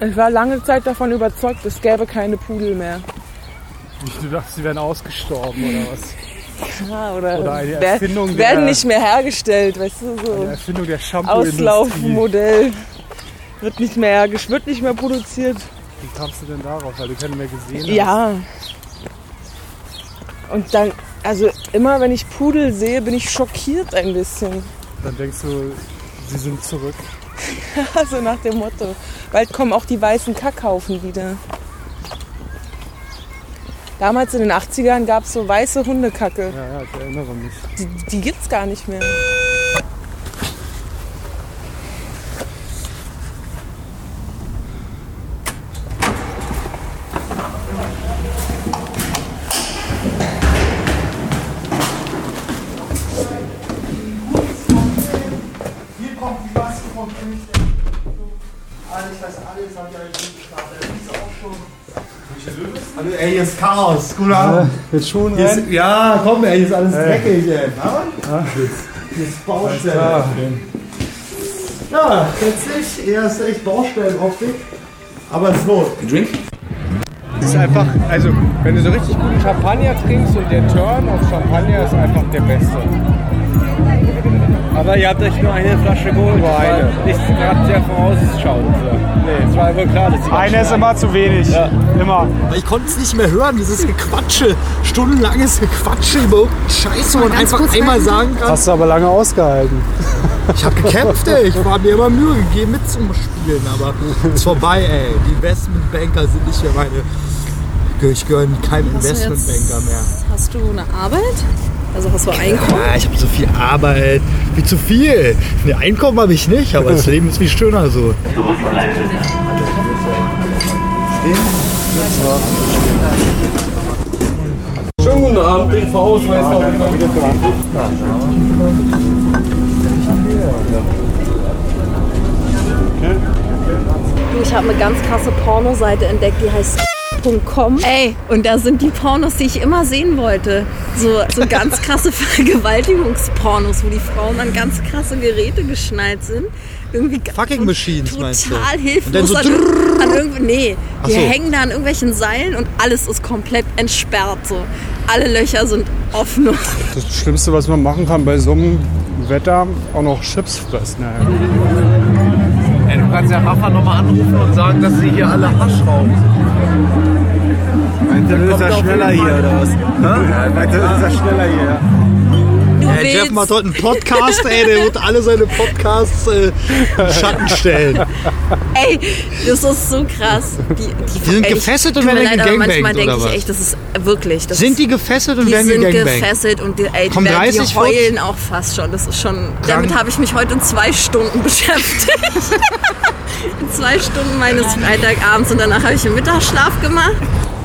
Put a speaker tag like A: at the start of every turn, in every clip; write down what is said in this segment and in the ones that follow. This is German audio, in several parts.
A: Ich war lange Zeit davon überzeugt, es gäbe keine Pudel mehr.
B: Du dachtest, sie wären ausgestorben oder was?
A: Ja, oder
B: Oder eine
A: wer-
B: Erfindung der-
A: werden nicht mehr hergestellt, weißt du, so
B: Die Erfindung der Shampoo-Industrie.
A: Auslaufmodell wird nicht mehr hergesch- wird nicht mehr produziert.
B: Wie kamst du denn darauf? Weil du keine mehr gesehen hast.
A: Ja. Und dann, also immer wenn ich Pudel sehe, bin ich schockiert ein bisschen.
B: Dann denkst du, sie sind zurück.
A: Also nach dem Motto, bald kommen auch die weißen Kackhaufen wieder. Damals in den 80ern gab es so weiße Hundekacke.
B: Ja, ja, ich erinnere mich.
A: Die, die gibt's gar nicht mehr.
C: Hier kommt die Maske vom Kühlschrank. Alles, das alles habe ich euch nicht gestartet. Das ist auch schon. Hallo, Also, ey, hier ist Chaos. Guten Abend.
B: Jetzt schon
C: Hier ist, ja, komm, ey, hier ist alles dreckig, ey. Na? Hier ist Baustelle. Ja, letztlich, hier ist echt Baustellenoptik. Aber es lohnt.
B: ist einfach, also wenn du so richtig guten Champagner trinkst und der Turn auf Champagner ist einfach der beste.
D: Aber ihr habt euch nur eine Flasche geholt.
B: Nur eine.
D: weil Nichts gerade sehr vorausschauend. Nee, es war wohl klar, dass die
B: Einer ist immer zu wenig. Immer.
C: Ich konnte es nicht mehr hören, dieses Gequatsche, stundenlanges Gequatsche über irgendeinen Scheiß, wo man einfach einmal sagen kann.
B: Hast du aber lange ausgehalten.
C: Ich habe gekämpft, ey. Ich habe mir immer Mühe gegeben, mitzuspielen, aber ist vorbei, ey. Die Investmentbanker sind nicht mehr meine. Ich gehöre keinem
E: Hast du
C: Investmentbanker
E: jetzt-
C: mehr.
E: Hast du eine Arbeit? Also hast du Einkommen?
C: Ah, ich habe so viel Arbeit. Wie zu viel. Ne, Einkommen habe ich nicht, aber das Leben ist viel schöner so.
D: Schönen guten Abend, den Vorausweis habe ich mal wieder gemacht.
E: Du, Ich habe eine ganz krasse Pornoseite entdeckt, die heißt .com. Ey, und da sind die Pornos, die ich immer sehen wollte. So, so ganz krasse Vergewaltigungspornos, wo die Frauen an ganz krasse Geräte geschnallt sind. Irgendwie ga-
C: Fucking
E: und
C: Machines,
E: total
C: meinst du? Und dann
E: hilflos
C: so
E: an, an irgendwie, nee, die
C: so.
E: hängen da an irgendwelchen Seilen und alles ist komplett entsperrt so. Alle Löcher sind offen.
B: Das Schlimmste, was man machen kann bei so einem Wetter, auch noch Chips fressen. ey.
D: Du kannst ja Rafa nochmal anrufen und sagen, dass sie hier alle Hasch rauchen.
C: Dann ist er schneller hier, oder was?
D: Dann ist er schneller hier.
E: Du
C: Ey, Jeff macht heute einen Podcast, ey. Der wird alle seine Podcasts äh, in Schatten stellen.
E: Ey, das ist so krass. Die, die,
C: sind
E: ey,
C: gefesselt
E: ich-
C: und
E: tut mir
C: werden
E: leid, aber Manchmal
C: gegangbangt,
E: denke
C: oder
E: ich
C: was?
E: echt, das ist wirklich. Das
C: Sind die
E: ist,
C: gefesselt und
E: die
C: werden
E: sind
C: gegangbanged?
E: gefesselt und die, ey, die
C: Kommen
E: werden-
C: 30
E: die
C: Fotos?
E: heulen auch fast schon. Das ist schon. Damit habe ich mich heute zwei Stunden beschäftigt. zwei Stunden meines Freitagabends und danach habe ich einen Mittagsschlaf gemacht.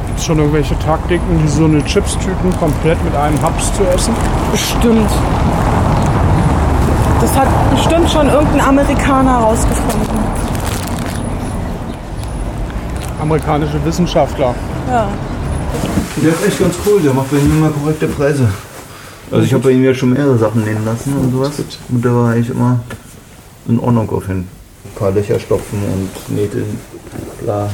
B: Gibt's schon irgendwelche Taktiken, die so eine Chips-Tüten komplett mit einem Haps zu essen?
A: Bestimmt. Das hat bestimmt schon irgendein Amerikaner rausgefunden.
B: Amerikanische Wissenschaftler.
F: Der ist echt ganz cool, der macht bei ihm immer korrekte Preise. Also ich habe bei ihm ja schon mehrere Sachen nehmen lassen und sowas. Und da war eigentlich immer in Ordnung auf hin. Ein paar Löcher stopfen und Nähte klar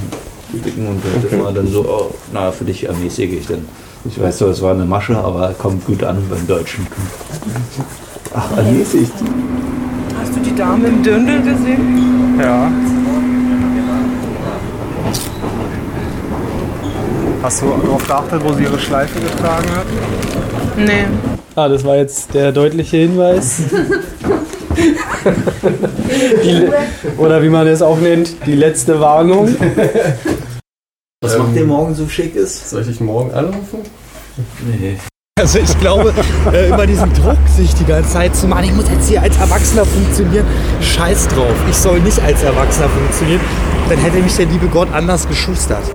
F: dicken und das war dann so, oh, na für dich ermäßige ich dann. Ich weiß zwar, es war eine Masche, aber kommt gut an beim Deutschen. Ach, ermäßigt.
A: Hast du die Dame im Döndel gesehen?
B: Ja. Hast du darauf geachtet, wo sie ihre Schleife getragen hat?
A: Nee.
G: Ah, das war jetzt der deutliche Hinweis. Die, le- oder wie man es auch nennt, die letzte Warnung.
F: Was macht der morgen so schick ist?
D: Soll ich dich morgen anrufen?
F: Nee.
C: Also ich glaube, äh, über diesen Druck, sich die ganze Zeit zu machen, ich muss jetzt hier als Erwachsener funktionieren, scheiß drauf. Ich soll nicht als Erwachsener funktionieren. Dann hätte mich der liebe Gott anders geschustert.